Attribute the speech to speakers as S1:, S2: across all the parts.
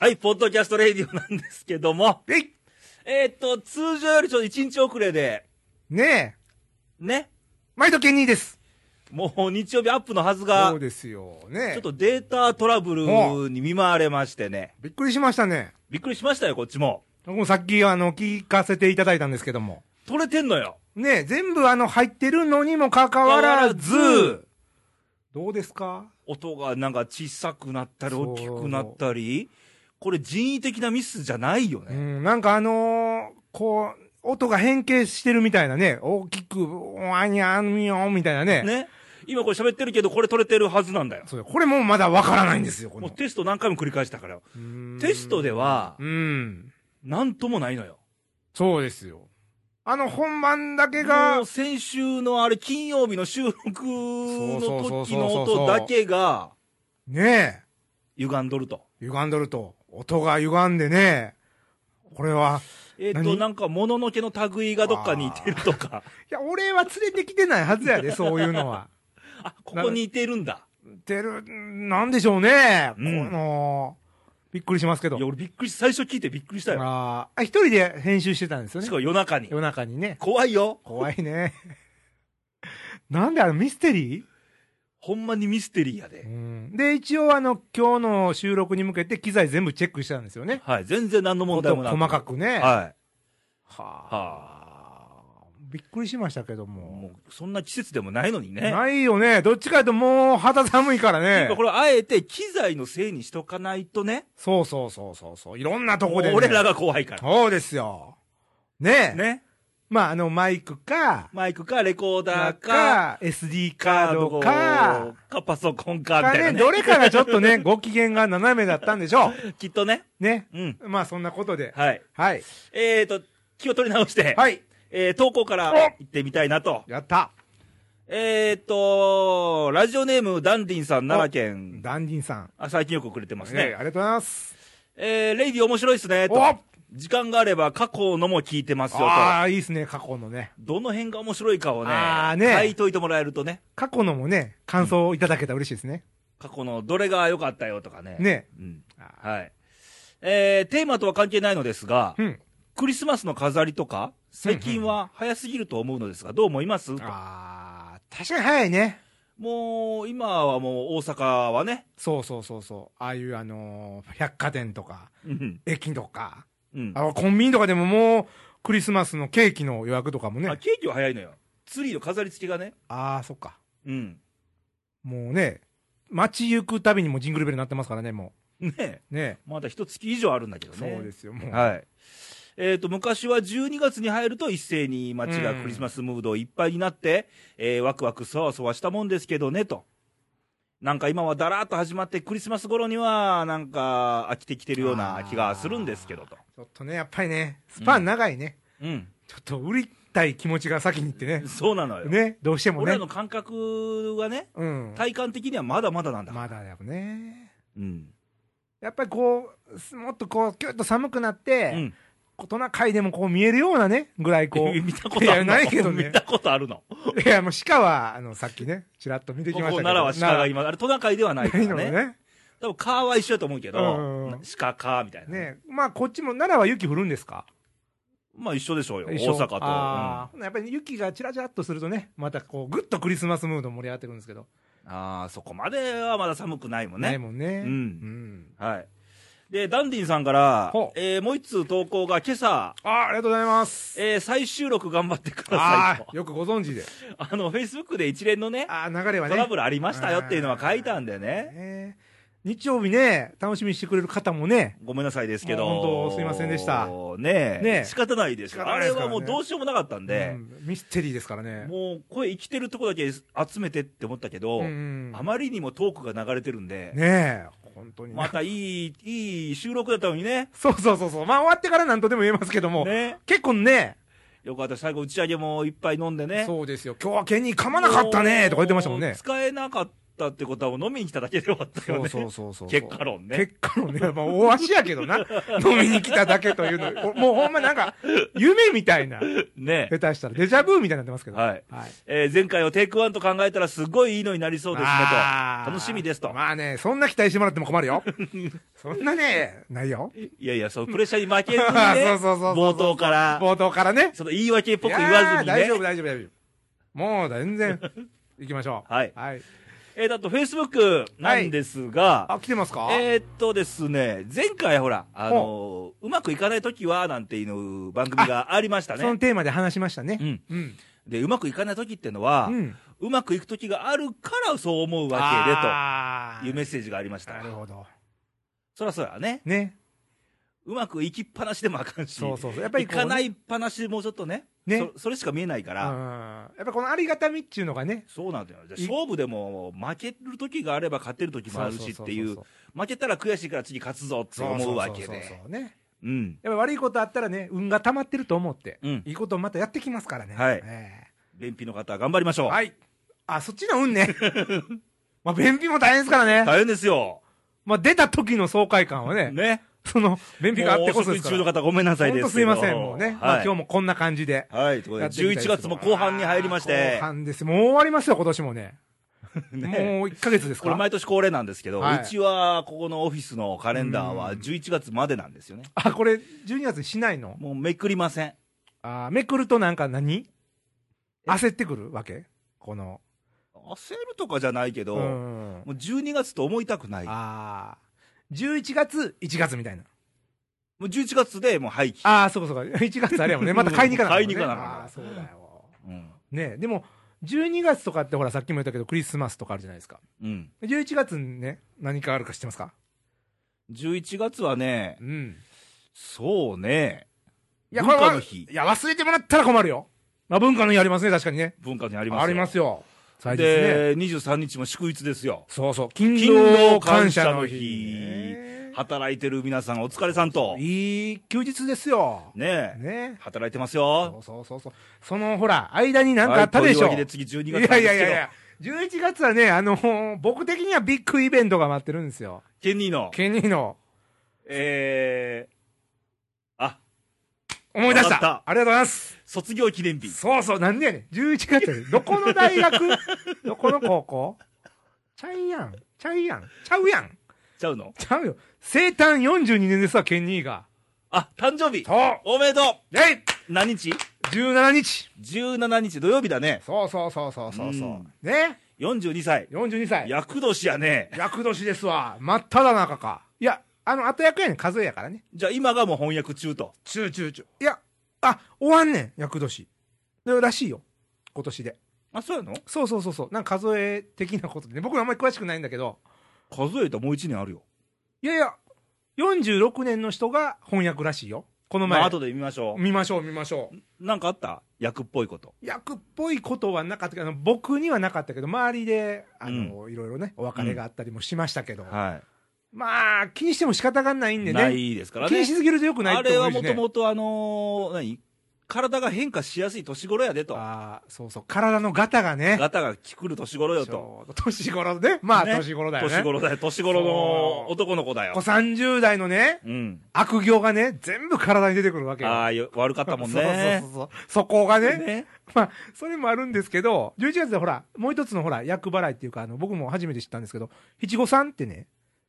S1: はい、ポッドキャストレディオなんですけども、
S2: えい
S1: えーっと、通常よりちょっと1日遅れで、
S2: ねえ、
S1: ね、
S2: 毎度ケニーです。
S1: もう日曜日アップのはず
S2: そ
S1: が
S2: う、ですよ。ねえ
S1: ちょっとデータトラブルに見舞われましてね、
S2: びっくりしましたね。
S1: びっくりしましたよ、こっちも。
S2: 僕もさっき、あの、聞かせていただいたんですけども。
S1: 取れてんのよ。
S2: ねえ、全部あの、入ってるのにもかかわらず、どうですか
S1: 音がなんか小さくなったり、大きくなったり、これ人為的なミスじゃないよ
S2: う
S1: ね。
S2: ん、なんかあのーこう、音が変形してるみたいなね、大きく、おあにゃんみよんみたいなね。
S1: ね。今これ喋ってるけど、これ取れてるはずなんだよ。
S2: そうこれもまだわからないんですよ、こ
S1: もう
S2: の。
S1: テスト何回も繰り返したから。
S2: うん
S1: テストでは、
S2: うん。
S1: なんともないのよ。
S2: そうですよ。あの、本番だけ
S1: も
S2: が
S1: う、先週のあれ、金曜日の収録
S2: そうそ
S1: の
S2: うそうそう
S1: 時
S2: そう
S1: の音だけが、
S2: ねえ。
S1: 歪んどると。
S2: 歪んどると、音が歪んでね、これは、
S1: えっ、と、
S2: 何
S1: なんか、もののけの類がどっかにいてるとか、
S2: いや、俺は連れてきてないはずやで、そういう のは。
S1: あここにいてるんだ。
S2: てる、なんでしょうね、
S1: うん
S2: この、びっくりしますけど。
S1: いや、俺びっくりし、最初聞いてびっくりしたよ。
S2: あーあ、一人で編集してたんですよ
S1: し
S2: ね
S1: か。も夜中に。
S2: 夜中にね。
S1: 怖いよ。
S2: 怖いね。 なんであれ、ミステリー、
S1: ほんまにミステリーや
S2: う
S1: で。
S2: ん、で、一応あの、今日の収録に向けて機材全部チェックしたんですよね。
S1: はい。全然何の問題
S2: 音
S1: もなく。
S2: 細かく
S1: は
S2: ね。
S1: い。
S2: はあ
S1: は
S2: びっくりしましたけど
S1: あ。
S2: も。
S1: もう、そんな季節でもないのにね。
S2: ないよね。どっちかというともう肌寒いから
S1: ってい
S2: ね
S1: うか。これ、あえて機材のせいにしとかないとね。
S2: そうそうそうそうそう。いろんなとこで、ね。
S1: 俺らが怖いから。
S2: そうですよ。ねえ。
S1: ね。
S2: まあ、あの、マイクか、
S1: マイクか、レコーダーか、
S2: か、SD
S1: カ
S2: カー
S1: ー
S2: ド
S1: ド
S2: か
S1: か、、かパソコンか、み
S2: か
S1: たいな
S2: ね、
S1: ね。
S2: どれかがちょっとね、 ご機嫌が斜めだったんでしょ
S1: きっとね。
S2: う。ね。
S1: うん。
S2: まあ、そんなことで。
S1: はい。
S2: はい。
S1: えーと、気を取り直して、
S2: はい。
S1: えー投稿から行ってみたいなと。
S2: やった。
S1: えーと、ラジオネーム、ダンディンさん、奈良県。
S2: ダンディンさん。
S1: あ、最近よくくれてます
S2: ええ
S1: ね。
S2: ありがとうございます。
S1: えー、レイディ面白いっすね、と。
S2: お
S1: 時間があれば過去のも聞いてますよ、と。
S2: ああ、いいですね、過去のね。
S1: どの辺が面白いかをね、
S2: あーね
S1: 書いといてもらえるとね、
S2: 過去のもね、感想をいただけたら嬉しいですね。
S1: 過去のどれが良かったよとかね。
S2: ね。
S1: うん。
S2: あ
S1: はい。えー、テーマとは関係ないのですが、
S2: うん。
S1: クリスマスの飾りとか、最近は早すぎると思うのですが、どう思います
S2: ああ、確かに早いね。
S1: もう、今はもう大阪はね、
S2: そうそうそうそう。ああいう、あのー百貨店とか、
S1: うん。
S2: 駅とか、
S1: うん。
S2: あコンビニとかでももう、クリスマスのケーキの予約とかもね。
S1: あ、ケーキは早いのよ。ツリーの飾り付けがね。
S2: ああ、そっか。
S1: うん。
S2: もうね、街行くたびにもうジングルベル鳴ってますからね、も
S1: ねえ
S2: う。ね。
S1: まだ一月以上あるんだけど
S2: そ
S1: ね。
S2: うですよ、もう。
S1: はい。えっ、と、昔は12月に入ると一斉に街がクリスマスムードいっぱいになって、えーワクワクそわそわしたもんですけどね、と。なんか今はだらーっと始まって、クリスマス頃には、なんか飽きてきてるような気がするんですけど、と。
S2: ちょっとね、やっぱりね、スパン長いね。
S1: うん。
S2: ちょっと売りたい気持ちが先に行ってね。
S1: そうなのよ。
S2: ね、どうしても
S1: 俺ら。
S2: ね
S1: の感覚がね、
S2: うん。
S1: 体感的にはまだまだなんだ。
S2: まだだよね。
S1: うん。
S2: やっぱりこうす、もっとこう、きゅっと寒くなっ
S1: う
S2: て、
S1: ん。
S2: トナカイでもこう見えるようなね、ぐらい こう。
S1: 見たことあるの
S2: いやないけどね
S1: 見たことあるの。
S2: いや、もう鹿は、あの、さっきね、ちらっと見て
S1: ここ
S2: きましたけど。
S1: 奈良は鹿が
S2: い
S1: 今、あれトナカイではないか
S2: ない
S1: ら
S2: の
S1: ね。
S2: ね。
S1: 多分、蚊は一緒だと思うけど、
S2: うんうんうん
S1: 鹿、蚊みたいなね。
S2: ねまあ、こっちも、奈良は雪降るんですか
S1: まあ一緒でしょうよ、大
S2: 一緒
S1: 阪と。
S2: あーやっぱり雪がちらちらっとするとね、またこう、ぐっとクリスマスムード盛り上がってくるんですけど。
S1: うんあーそこまではまだ寒くないもん
S2: ない
S1: ね。
S2: もんね。
S1: うん
S2: うん
S1: はい。で、ダンディンさんから
S2: ほう、
S1: えーもう一通投稿が今朝、
S2: あーありがとうございます。
S1: えー再収録頑張ってくださ
S2: あ
S1: い
S2: あ、よくご存知で。
S1: と。あの、フェイスブックで一連のね、
S2: ああ、流れは
S1: ト
S2: ね。
S1: ラブルありましたよっていうのは書いたんだよね。
S2: ね日曜日ね、楽しみにしてくれる方もね、
S1: ごめんなさいですけど。
S2: もう本当すいませんでした
S1: ねえ。
S2: ねえ
S1: 仕方ないですよ
S2: 仕方
S1: あ
S2: ないで
S1: れ
S2: すから
S1: は
S2: ね
S1: もうどうしようもなかったん
S2: う
S1: で、
S2: んミステリーですからね。
S1: もう声生きてるとこだけ集めてって思ったけど、
S2: うん
S1: あまりにもトークが流れてるんで、
S2: ねえ、本当にね
S1: またいい、いい収録だったのにね。
S2: そうそうそうそう。まあ終わってから何とでも言えますけども。
S1: ね。
S2: 結構ね、
S1: よかった。最後打ち上げもいっぱい飲んでね。
S2: そうですよ。今日はケニー噛まなかったねとか言ってましたもん
S1: う
S2: ね。
S1: 使えなかっったってことは、もう飲みに来ただけで終わったよ
S2: そう
S1: ね。
S2: そうそうそう。
S1: 結果論ね。
S2: 結果論ね、まあ、大足や けどな。飲みに来ただけというの。おもうほんまなんか、夢みたいな。
S1: ね。
S2: 下手したら、デジャブーみたいになってますけど。
S1: はい。えー前回をテイクワンと考えたらすごいいいのになりそうですね
S2: あ
S1: と。
S2: ー
S1: 楽しみですと。
S2: まあね、そんな期待してもらっても困 るよ。そんなね、ないよ。
S1: いやいや、そう、プレッシャーに負けずにね
S2: そうそうそう、そう
S1: 冒頭から、
S2: 冒頭からね。
S1: その言い訳っぽく言わずに
S2: いやー大丈夫、
S1: ね。
S2: 大丈夫、大丈夫。もう全然、行きましょう。
S1: はい
S2: はい。
S1: えー、だと、Facebook なんですが、
S2: あ、来てますか
S1: えーっとですね、前回ほら、あのーうまくいかないときは、なんていう番組がありました
S2: その
S1: ね。
S2: テーマで話しました
S1: う
S2: ね。
S1: ん。
S2: うん。
S1: で、うまくいかないときってのは、
S2: うん。
S1: うまくいくときがあるからそう思うわ
S2: わ
S1: けで、というメッセージがありました
S2: な。るほど。
S1: そらそらね、
S2: ね。
S1: うまくいきっぱなしでもあかんし。
S2: そうそうそう。やっぱり
S1: 行
S2: こうね
S1: かないっぱなしでもうちょっとね
S2: ね
S1: そ、それしか見えないから、
S2: うんやっぱこのありがたみっていうのがね。
S1: そうなんだよ、じゃあ
S2: い
S1: 勝負でも負ける時があれば勝てる時もあるしっていう、
S2: そう
S1: 負けたら悔しいから次勝つぞって
S2: そうそう
S1: 思うわけ
S2: そうそう
S1: で、
S2: そうね。
S1: うん、
S2: やっぱ悪いことあったらね、運が溜まってると思って、
S1: うん
S2: いいことをまたやってきますからね。
S1: はい
S2: え
S1: 便秘の方、頑張りましょ
S2: え
S1: う、
S2: はい。あ、そっちの 運ね。まあ、便秘も大変ですからね。
S1: 大変ですよ、
S2: まあ、出た時の爽快感はね、
S1: ね、
S2: その、便秘があって
S1: もう
S2: こ
S1: お
S2: そで
S1: 食事
S2: す
S1: 中
S2: か
S1: の
S2: ら。
S1: 方、ごめんなさい
S2: 本
S1: で
S2: 当
S1: す
S2: す
S1: け
S2: い
S1: ど、
S2: ません、もうね。ま
S1: は
S2: あ、
S1: い、
S2: 今日もこんな感じで。
S1: はい、ということ
S2: や
S1: で、
S2: っていきたいで
S1: 11
S2: す
S1: 月も後半に入りまし
S2: 後
S1: て、
S2: 半です。もう終わりますよ、今年もね。
S1: ね、
S2: もう1ヶ月です
S1: こ
S2: か
S1: れ、毎年恒例なんですけど、
S2: はいう
S1: ちはここのオフィスのカレンダーは
S2: うん
S1: 11月までなんですよね、
S2: あ、これ、12月にしないの
S1: もうめくりません。
S2: あーめくるとなんか何焦ってくるわけこの。
S1: 焦るとかじゃないけど、も
S2: ん
S1: う12月と思いたくない。も
S2: ああ。11月、1月みたいな。
S1: う11月でもう廃棄。
S2: ああ、そうかそうか。1月 あれやもんね。また買いに行かな
S1: 買いに行かなあかん
S2: ああー、そうだよ。
S1: うん。
S2: ねえでも、12月とかってほら、さっきも言ったけど、クリスマスとかあるじゃないですか。
S1: うん。
S2: 11月にね、何かあるか知ってますか
S1: 11月はね、
S2: うん。
S1: そうね、
S2: いや、
S1: 文化の
S2: こ
S1: 日
S2: れはいや、忘れてもらったら困るよ。まあ、文化の日ありますね、確かにね。
S1: 文化にあ
S2: あ
S1: りますよ。
S2: りますよ。最近ね。
S1: で、23日も祝日ですよ。
S2: そうそう。勤
S1: 労
S2: 労
S1: 感
S2: 感
S1: 謝
S2: 謝
S1: の
S2: の
S1: 日
S2: 日。
S1: 働いてる皆さんお疲れさんと。
S2: いい休日ですよ。
S1: ねえ
S2: ね。
S1: 働いてます
S2: そ
S1: よ。
S2: うそうそうそう。そのほら、間になんかあったでしょ。
S1: はいいというわけで次12月なんですけ
S2: や
S1: ど。
S2: いやいやいや。11月はね、あのー僕的にはビッグイベントが待ってるんですよ。
S1: ケニーの、
S2: ケニーの。
S1: えー、あ、
S2: 思い出し
S1: わかった
S2: た。ありがとうございます。
S1: 卒業記念日。
S2: そうそう、なんでやねん。11月やねどこの大学 どこの高校ちゃいやん。ちゃいやん。ちゃうやん。
S1: ちゃうの
S2: ちゃうよ。生誕42年ですわ、ケニーが。
S1: あ、誕生日
S2: そう。
S1: おめでと
S2: えいう
S1: 何日
S2: !17 日。
S1: ?17 日土曜日だね。。
S2: そうそうそうそうそうそううんね
S1: 42歳。
S2: 42歳。
S1: 厄年やね。
S2: 役年ですわ。真っ只中か。いや、あの、後役やねん。数えやからね。
S1: じゃあ今がもう翻訳中と。
S2: ちゅうちゅうちゅう。いや、あ、終わんねん。役年。でらしいよ。今年で。
S1: あ、そうやの
S2: そうそうそうそう。なんか数え的なことでね。僕あんまり詳しくないんだけど。
S1: 数えたらもう1年あるよ。
S2: いやいや、46年の人が翻訳らしいよ。この前。
S1: まあ後で見ましょ
S2: 見ましょう、見ましょう。
S1: う。なんかあった役っぽいこと。
S2: 役っぽいことはなかったけど、あの僕にはなかったけど、周りで、あの、いろいろね、お別れがあったりもしましたけど。
S1: は
S2: まあ、気にしても仕方がないんでね。
S1: ないですから
S2: 気に
S1: ね
S2: し。すぎると良くない
S1: あ
S2: って
S1: れ
S2: 思
S1: は
S2: うし、ね、
S1: もともとあのー何体が変化しやすい年頃やでと。
S2: ああ、そうそう。体のガタがね。
S1: ガタがきくる年頃よ
S2: ち
S1: と。
S2: ょうど年頃ね。まあ、
S1: ね
S2: 年頃だよね。
S1: 年頃だよ。年頃の
S2: そう
S1: 男の子だよ
S2: こう。30代のね、
S1: うん。
S2: 悪行がね、全部体に出てくるわけよ。。
S1: ああ、よ悪かったもんね
S2: そうそうそうそう。そこがね。
S1: ね。
S2: まあ、それもあるんですけど、11月でほら、もう一つのほら、役払いっていうか、あの、僕も初めて知ったんですけど、七五三ってね、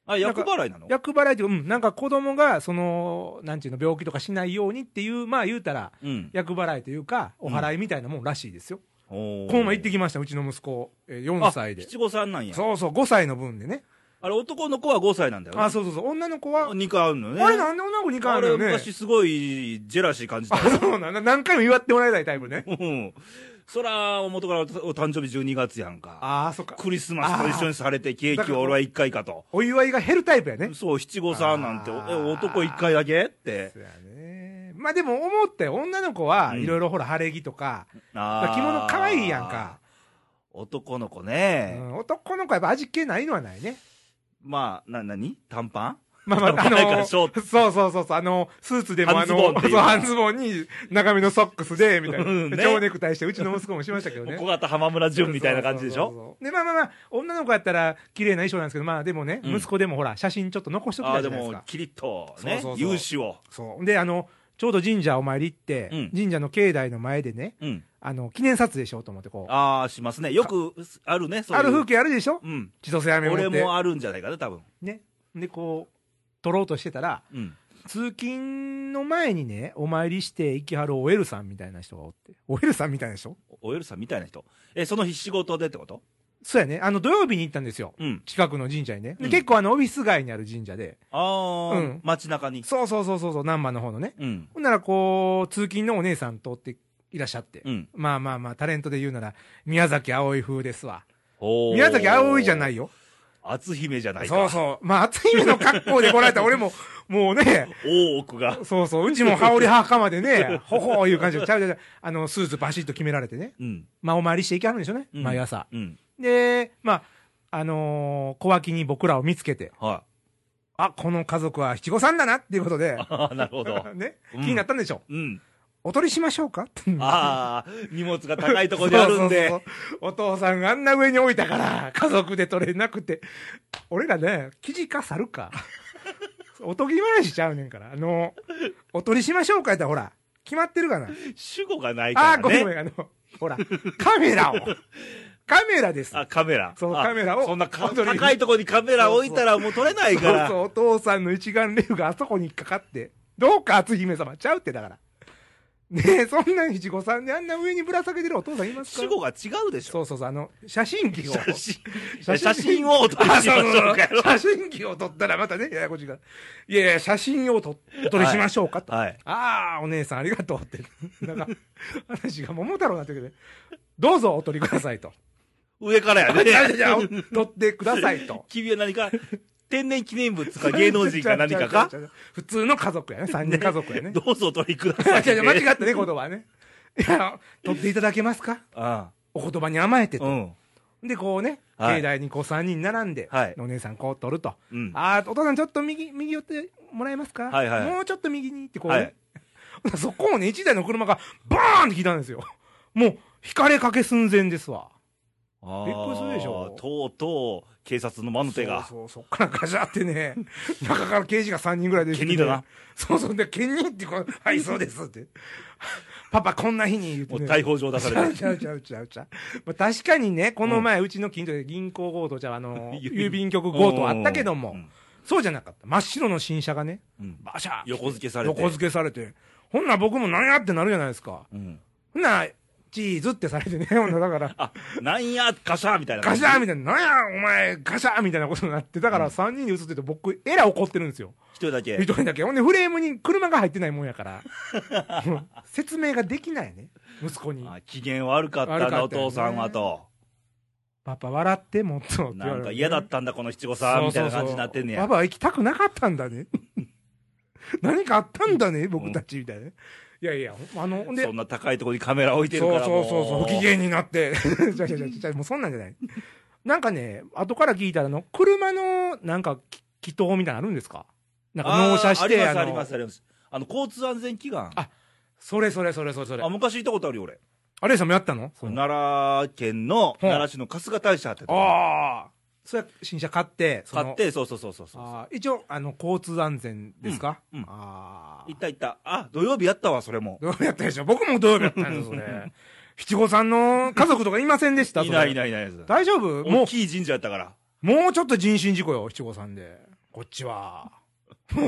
S1: あ、役払いなの
S2: 役払いっていう、うん、なんか子供が、その、なんていうの、病気とかしないようにっていう、まあ言うたら、
S1: うん。
S2: 役払いというか、お払いみたいなもんらしいですよ。
S1: こ
S2: この前行ってきました、うちの息子、えー、4
S1: あ、
S2: 歳で。
S1: 七五三なんや。
S2: そうそう、5歳の分でね。
S1: あれ男の子は5歳なんだよね。
S2: あ、そうそうそう。女の子は、
S1: 2回あるのね。
S2: あれなんで女の子2回あるよ
S1: あれ
S2: ね。
S1: 昔すごいジェラシー感じた
S2: あ
S1: よ。
S2: そうなんだ。何回も祝ってもらいたいタイプね。
S1: うん。 そら、元からお誕生日12月やんか。
S2: ああ、そっか。
S1: クリスマスと一緒にされてケーキを俺は1回かと。
S2: お祝いが減るタイプやね。
S1: そう、七五三なんて、
S2: あー
S1: え男1回だけって
S2: そ。うやね。まあでも思ったよ。女の子は
S1: うん
S2: いろいろほら晴れ着とか、
S1: あー
S2: 着物可愛いやんか。。
S1: 男の子
S2: う
S1: ね。
S2: ん、男の子はやっぱ味気ないのはないね。
S1: まあ、な、なに短パン
S2: まあまあ、あ
S1: わかん
S2: の
S1: ないからショー
S2: そうそうそうそう、あの、スーツでもあの、
S1: 半ズボンっていう
S2: そう半ズボンに長めのソックスで、みたいな。
S1: うんね
S2: 蝶ネクタイして、うちの息子もしましたけどね
S1: 小。型浜村淳みたいな感じでし
S2: そうそう
S1: ょ
S2: そうそうで、まあまあまあ、女の子やったら、綺麗な衣装なんですけど、まあでもね、
S1: うん
S2: 息子でもほら、写真ちょっと残しとき
S1: あ
S2: た
S1: あ
S2: いじ
S1: で
S2: ゃないです
S1: も
S2: か。
S1: キリッとね
S2: そうそうそう
S1: 勇姿を
S2: そう。で、あの、ちょうど神社お参り行って、
S1: うん
S2: 神社の境内の前でね、
S1: うん
S2: あの、記念撮影しようと思って、こう。あ
S1: ああしますねよくあるねそういう
S2: る風景あるでしょ
S1: うん
S2: 千歳飴持
S1: 俺
S2: って。
S1: もあるんじゃないかな多分
S2: ね。で、こう、撮ろうとしてたら、
S1: うん
S2: 通勤の前にね、お参りして行きはる OL さんみたいな人がおって。OL さんみたいな人
S1: おエルさんみたいな人えその日仕事でってこと
S2: そうやね。あの、土曜日に行ったんですよ。
S1: うん
S2: 近くの神社にね。で
S1: うん
S2: 結構あの、オフィス街にある神社で。
S1: ああ、
S2: うん
S1: 街中に
S2: そうそうそうそうそう、南波の方のね。
S1: うん
S2: ほんならこう、通勤のお姉さん通っていらっしゃって。
S1: うん
S2: まあまあまあ、タレントで言うなら、宮崎葵風ですわ。
S1: おー
S2: 宮崎葵じゃないよ。
S1: 篤姫じゃないか
S2: そうそう。まあ、厚姫の格好で来られたら俺も、 もうね、
S1: 大奥が
S2: そうそう、うんちも羽織袴で ね、ほほーいう感じで、ちゃうちゃうちゃうあの、スーツバシッと決められてね。
S1: うん
S2: まあ、お参りしていきはるんでしょうね、
S1: うん
S2: 毎朝。
S1: うん
S2: で、まあ、あのー小脇に僕らを見つけて、
S1: は
S2: あ、この家族は七五三だなっていうこと
S1: い
S2: で、
S1: ああなるほ ど
S2: ね、気
S1: うん
S2: になったんでしょう。
S1: うん
S2: お取りしましょうかって。
S1: ああ荷物が高いところにあるんで
S2: そうそうそうお父さんがあんな上に置いたから、家族で取れなくて。俺らね、記事か猿か。おとぎ話しちゃうねんから。あの、お取りしましょうかやったらほら、決まってるかな。
S1: 主語がない
S2: あ
S1: か
S2: あー、ご
S1: ら
S2: めん
S1: ね
S2: ごめん。あの、ほら、カメラを。カメラです。
S1: あ、カメラ。
S2: そう
S1: あ
S2: カメラを
S1: そんなか
S2: 本当に
S1: 高いとこにカメラ置いたらもう撮れないか
S2: そう
S1: ら。
S2: そう、お父さんの一眼レフがあそこに引っかかって、どうか、篤姫様、ちゃうってだから。ねえ、そんな七五三であんな上にぶら下げてるお父さんいますか
S1: 主語が違うでしょ。
S2: そうそうそう、あの、写真機を。
S1: 写真
S2: 写真
S1: 写真をお撮り
S2: あ
S1: しまし
S2: そう
S1: ょ
S2: そう
S1: う
S2: そう
S1: かやろ
S2: 写真機を撮ったらまたね、ややこしいから。いやいや、写真を撮お撮りしましょうかと。
S1: はい。
S2: ああ、お姉さんありがとうって。なんか、話が桃太郎になってるけど、どうぞお撮りくださいと。
S1: 上からや
S2: じゃあ
S1: ね。
S2: じゃあじゃあ撮ってくださいと。
S1: 君は何か、天然記念物か芸能人か何か か
S2: ちゃうちゃうちゃうちゃう普通の家族やね。三人家族やね。
S1: どうぞお撮りくだ
S2: いや
S1: さい。
S2: いや間違ったね、言葉はね。いや、取っていただけますか
S1: あ
S2: お言葉に甘えて
S1: あう
S2: と。
S1: ん。
S2: で、こうね、
S1: はい
S2: 境内にこう3人並んで、
S1: はい
S2: お姉さんこう取ると。
S1: うん。
S2: あーお父さんちょっと右、右寄ってもらえますか
S1: はいはい
S2: もうちょっと右にってこう
S1: は
S2: ね
S1: い。。
S2: そこをね、1台の車がバーンって来たんですよ。もう、引かれかけ寸前ですわ。
S1: あー
S2: びっくりするでしょ
S1: とうとう、警察の魔の手が。
S2: そうそう、そっからガシャってね、 中から刑事が3人ぐらい出てきて、
S1: ケニーだな。
S2: そうそう、で、ケニーってこう、はい、そうですって。パパ、こんな日に言って、
S1: もう
S2: ね。
S1: 逮捕状出さ
S2: ちゃ
S1: れ
S2: う
S1: て。
S2: ちゃうちゃうちゃうちゃう。まあ、確かにね、この前、うちの近所で銀行強盗じゃう、あの、郵便局強盗あったけども、
S1: うん
S2: そうじゃなかった。真っ白の新車がね、
S1: うん
S2: バシャーって
S1: 横付けされて。
S2: 横付けされて。ほんなら僕もなんやってなるじゃないですか。
S1: うん
S2: ほんなら、チーズってされてね、 ほんならだから、
S1: あ、なんや、ガシャーみたいな感
S2: ガ
S1: じ。
S2: シャーみたいな、なんや、お前、ガシャーみたいなことになって、だから3人で映ってて、僕、えらい怒ってるんですよ。
S1: 一人だけ
S2: 一。人だけ。ほんで、フレームに車が入ってないもんやから、 うん説明ができないね、息子に。
S1: あ機嫌悪かった
S2: 悪か
S1: な、
S2: っ
S1: お
S2: たよね
S1: 父さんはと。
S2: パパ、笑って、もっとって言われるね。
S1: なんか嫌だったんだ、この七五三みたいな感じになってんね
S2: そうそうそう
S1: や。
S2: パパは行きたくなかったんだね。 何かあったんだね、僕たち、みたいなね。いやいや、ほんあの、ほんで、
S1: そんな高いところにカメラ置いてる
S2: そ
S1: か
S2: う
S1: ら
S2: そ
S1: も
S2: うそうそう、不機嫌になって。 じゃじゃじゃじゃもうそんなんじゃない。なんかね、後から聞いたらあの、車の、なんか、き祈祷みたいなのあるんですかなんか納車し
S1: あ
S2: て、
S1: ーあり
S2: の
S1: ます、あります、あります。あの、交通安全祈願。
S2: あそれそれそれそれそれ
S1: あ、。昔行ったことあるよ、俺。
S2: あれさんもやったの
S1: 奈良県の、
S2: うん
S1: 奈良市の春日大社ってとこ
S2: ああ。それは新車買って、その
S1: 買っ。て、そうそうそうそうそう。行
S2: あー一応、あの、交通安全ですか
S1: うんうん
S2: ああ。
S1: った行った。あ、土曜日やったわ、それも。
S2: 土曜日やったでしょ僕も土曜日やったんですよ、そ れ。七五三の家族とかいませんでした
S1: いないい
S2: い。
S1: ないいない。です
S2: 大丈夫も
S1: 大きい神社やったから。
S2: う、もうちょっと人身事故よ、七五三で。こっちは。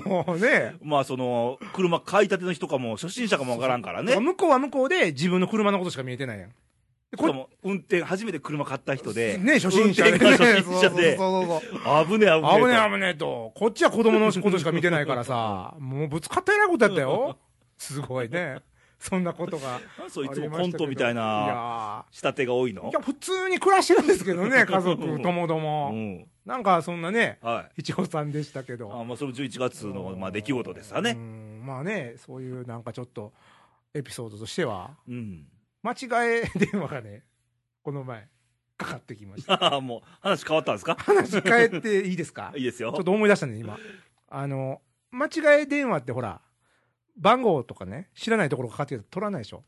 S2: もうね。
S1: まあ、その、車買いたての人かも、初心者かもわからんからね。
S2: 向こうは向こうで自分の車のことしか見えてないやん。
S1: しかも、運転、初めて車買った人で。
S2: ね、初心者で。
S1: 運転が初心者で。
S2: そうそうそうそう。
S1: 危ねえ、危ねえ。
S2: 危ねえ危ねえと。こっちは子供のことしか見てないからさ。もうぶつかったようなことやったよ。すごいね。そんなことが。
S1: なんそういつもコントみたい
S2: いや
S1: な仕立てが多いの
S2: ーいや、普通に暮らしてるんですけどね、家 族ともど
S1: う
S2: も。
S1: ん。
S2: なんかそんなね、
S1: はい。
S2: 一応さんでしたけど。
S1: あまあ、それも11月の、まあ、出来事ですわね
S2: う。ん。まあね、そういうなんかちょっと、エピソードとしては、
S1: うん。
S2: 間違え電話がね、 この前、かかってきました。
S1: ああ、もう、話変わったんですか
S2: 話変えていいですか
S1: いいです
S2: ちょっ
S1: よ。
S2: と思い出したね、今。あの、間違い電話ってほら、番号とかね、知らないところかかってきたら取らないでしょ。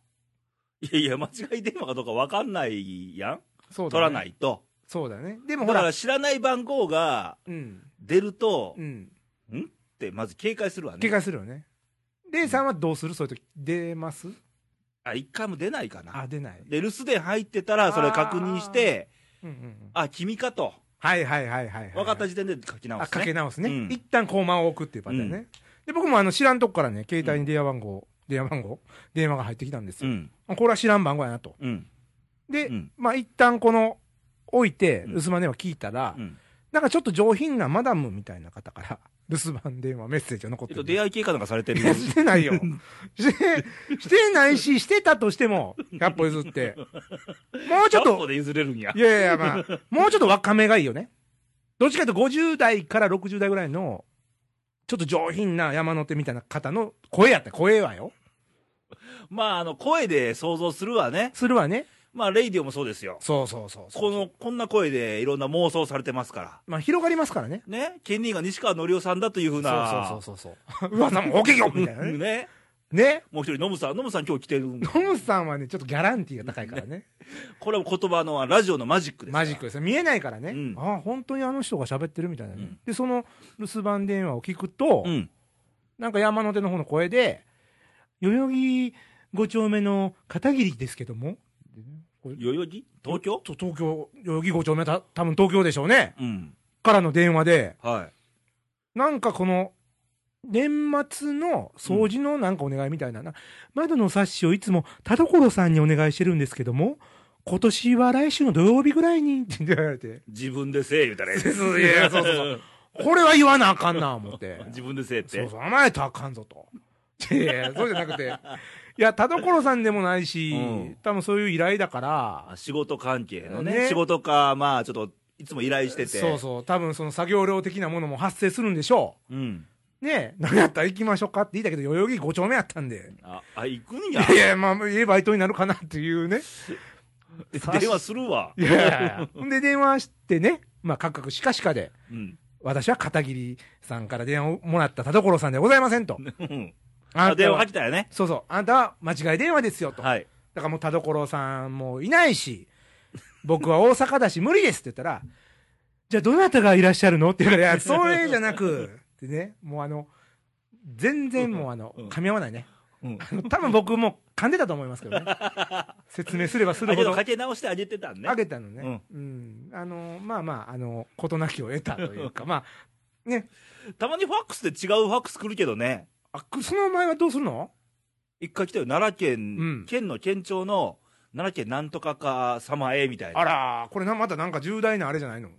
S1: いやいや、間違い電話かどうか分かんないやん。
S2: そうだ
S1: 取
S2: ね
S1: らないと。
S2: そうだね。でも
S1: だ
S2: ほ、
S1: からら知らない番号が
S2: うん。
S1: 出ると
S2: う、ん。
S1: んってまず警戒するわね。
S2: 警戒するよね。レイさんはどうするそういう時。出ます
S1: あ、一回も出ないかな。
S2: あ、出ない。
S1: で、留守電入ってたら、それ確認して、
S2: うんうんうん。
S1: あ、君かと。
S2: はいはいはいはいはい。
S1: 分かった時点で書き直
S2: あ、
S1: す、
S2: かけ
S1: ね。
S2: 直すね。
S1: うん
S2: 一旦コーマンを置くっていうパターンね。で、僕もあの、知らんとこからね、携帯に電話番号、電話番号電話が入ってきたんです
S1: う
S2: よ。
S1: ん。
S2: あこれは知らん番号やなと。
S1: うん。
S2: で、
S1: うん
S2: まあ一旦この、置い
S1: う
S2: て、
S1: ん
S2: 留守番電話聞いたら、
S1: うん。
S2: なんかちょっと上品なマダムみたいな方から、 留守番電話メッセージが残っ
S1: え
S2: て
S1: っ
S2: る
S1: と、出会い経過なんかされ てる
S2: い
S1: よ
S2: や。してない よ。して、してないし、してたとしても、100歩譲って。もうちょっ
S1: 100歩
S2: と、
S1: で譲れるんや
S2: い。やいや、まあ、もうちょっと若めがいいよね。どっちかというと50代から60代ぐらいの、ちょっと上品な山手みたいな方の声やった。声はよ。
S1: まあ、あの、声で想像するわね。
S2: するわね。
S1: まあ、レイディオもそうですよ。
S2: そうそうそうそう。
S1: この、こんな声でいろんな妄想されてますから。
S2: まあ、広がりますからね。
S1: ね。ケニーが西川のりおさんだというふう
S2: そう
S1: な。
S2: そうそうそう そう。噂も大きいよみたいなね。
S1: ね。
S2: ね。
S1: もう一人、ノムさん。ノムさん今日来てるん
S2: トムさんはね、ちょっとギャランティーが高いからね。
S1: これは言葉の、ラジオのマジックですから。
S2: マジックです見えないからね、
S1: うん
S2: ああ本当にあの人が喋ってるみたいなね、
S1: うん
S2: でその留守番電話を聞くと、
S1: うん。
S2: なんか山手の方の声で「代々木5丁目の片桐ですけども」これ
S1: 代々木東京
S2: と東京代々木5丁目た多分東京でしょうね
S1: うん。
S2: からの電話で
S1: はい。
S2: なんかこの年末の掃除のなんかお願いみたいな、な窓のサッシをいつも田所さんにお願いしてるんですけども今年は来週の土曜日ぐらいにって言われて
S1: 自分でせえ言うたらええで
S2: いやいやそうそうそうこれは言わなあかんな、思って。
S1: 自分でせえっ
S2: そ
S1: て
S2: う。そう、甘えたらあかんぞと。いやいや、そうじゃなくて。いや、田所さんでもないし、
S1: うん
S2: 多分そういう依頼だから
S1: あ、仕事関係のね。
S2: ね
S1: 仕事か、まあ、ちょっと、いつも依頼してて。
S2: そうそう、多分その作業量的なものも発生するんでしょ
S1: うん。
S2: う。ねえ、何やったら行きましょうかって言ったけど、代々木5丁目やったんで。
S1: あ、あ、行くん
S2: い
S1: や。
S2: やいや、まあ、ええバイトになるかなっていうね。
S1: 電話するわ。
S2: いやいやいやほんで、電話してね、まあ、カクカクしかしかで、
S1: うん。
S2: 私は片桐さんから電話をもらった田所さんではございませんと。
S1: うん
S2: あ
S1: あ、
S2: んた
S1: 電話
S2: は
S1: かけたよね。
S2: そうそう、あんたは間違い電話ですよと。
S1: はい。
S2: だからもう田所さんもいないし、僕は大阪だし無理ですって言ったら、じゃあどなたがいらっしゃるのって言うから、いや、それじゃなく、ってね、もうあの、全然もうあの、
S1: うん
S2: 噛み合わないね。
S1: うん。
S2: あの多分僕も噛んでたと思いますけどね。 説明すればする
S1: あ
S2: ほ
S1: けど
S2: ど
S1: か。け直してあげてたんね
S2: あ。げたのね。うん。あの、まあまあ、あの、事なきを得たという か、まあ、ね、
S1: たまにファックスで違うファックス来るけどね。
S2: あ、くその前はどうするの
S1: 一回来たよ。奈良
S2: う
S1: 県
S2: ん、
S1: 県の県庁の、奈良県なんとかか様へ、みたいな。
S2: あら、これな、またなんか重大なあれじゃないの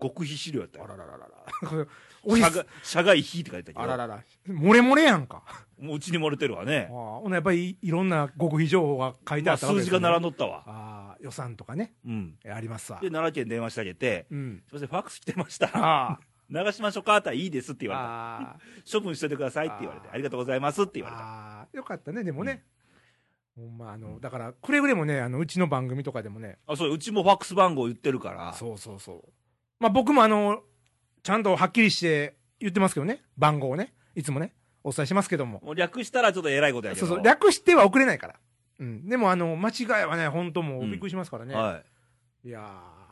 S1: 極秘資料やった
S2: あら
S1: よ。
S2: らららら。これおい
S1: 社外、社外費って書いてたけ
S2: あら
S1: ど。
S2: らら、漏れ漏れやんか。
S1: もううちに漏れてるわね。
S2: ああほなやっぱりいろんな極秘情報が書いて
S1: ま
S2: あ
S1: あ、
S2: ったわ
S1: 数
S2: けです
S1: 字
S2: よ
S1: が
S2: ね
S1: 並んどったわ。
S2: ああ予算とかね
S1: うん。
S2: ありますわ
S1: で、奈良県電話してあげて、
S2: うん
S1: すいません、ファックス来てました。
S2: あ
S1: 流しましょうかあったらいいですって
S2: あ
S1: 言わ
S2: あ
S1: れた。処分しといてくださいって言われて、
S2: あー
S1: ありがとうございますって言われた。
S2: あよかったねでもね、ほんまあのだからくれぐれもねあのうちの番組とかでもね
S1: あ、そう、うちもファックス番号言ってるから。
S2: そうそうそうまあ僕もあのちゃんとはっきりして言ってますけどね番号をねいつもねお伝えしますけども
S1: もう略したらちょっと偉いことやけ
S2: そ
S1: ど。
S2: うそう略しては送れないからうんでもあの間違いはね本当もうびっくりしますからね、
S1: はい。
S2: い、やー
S1: ま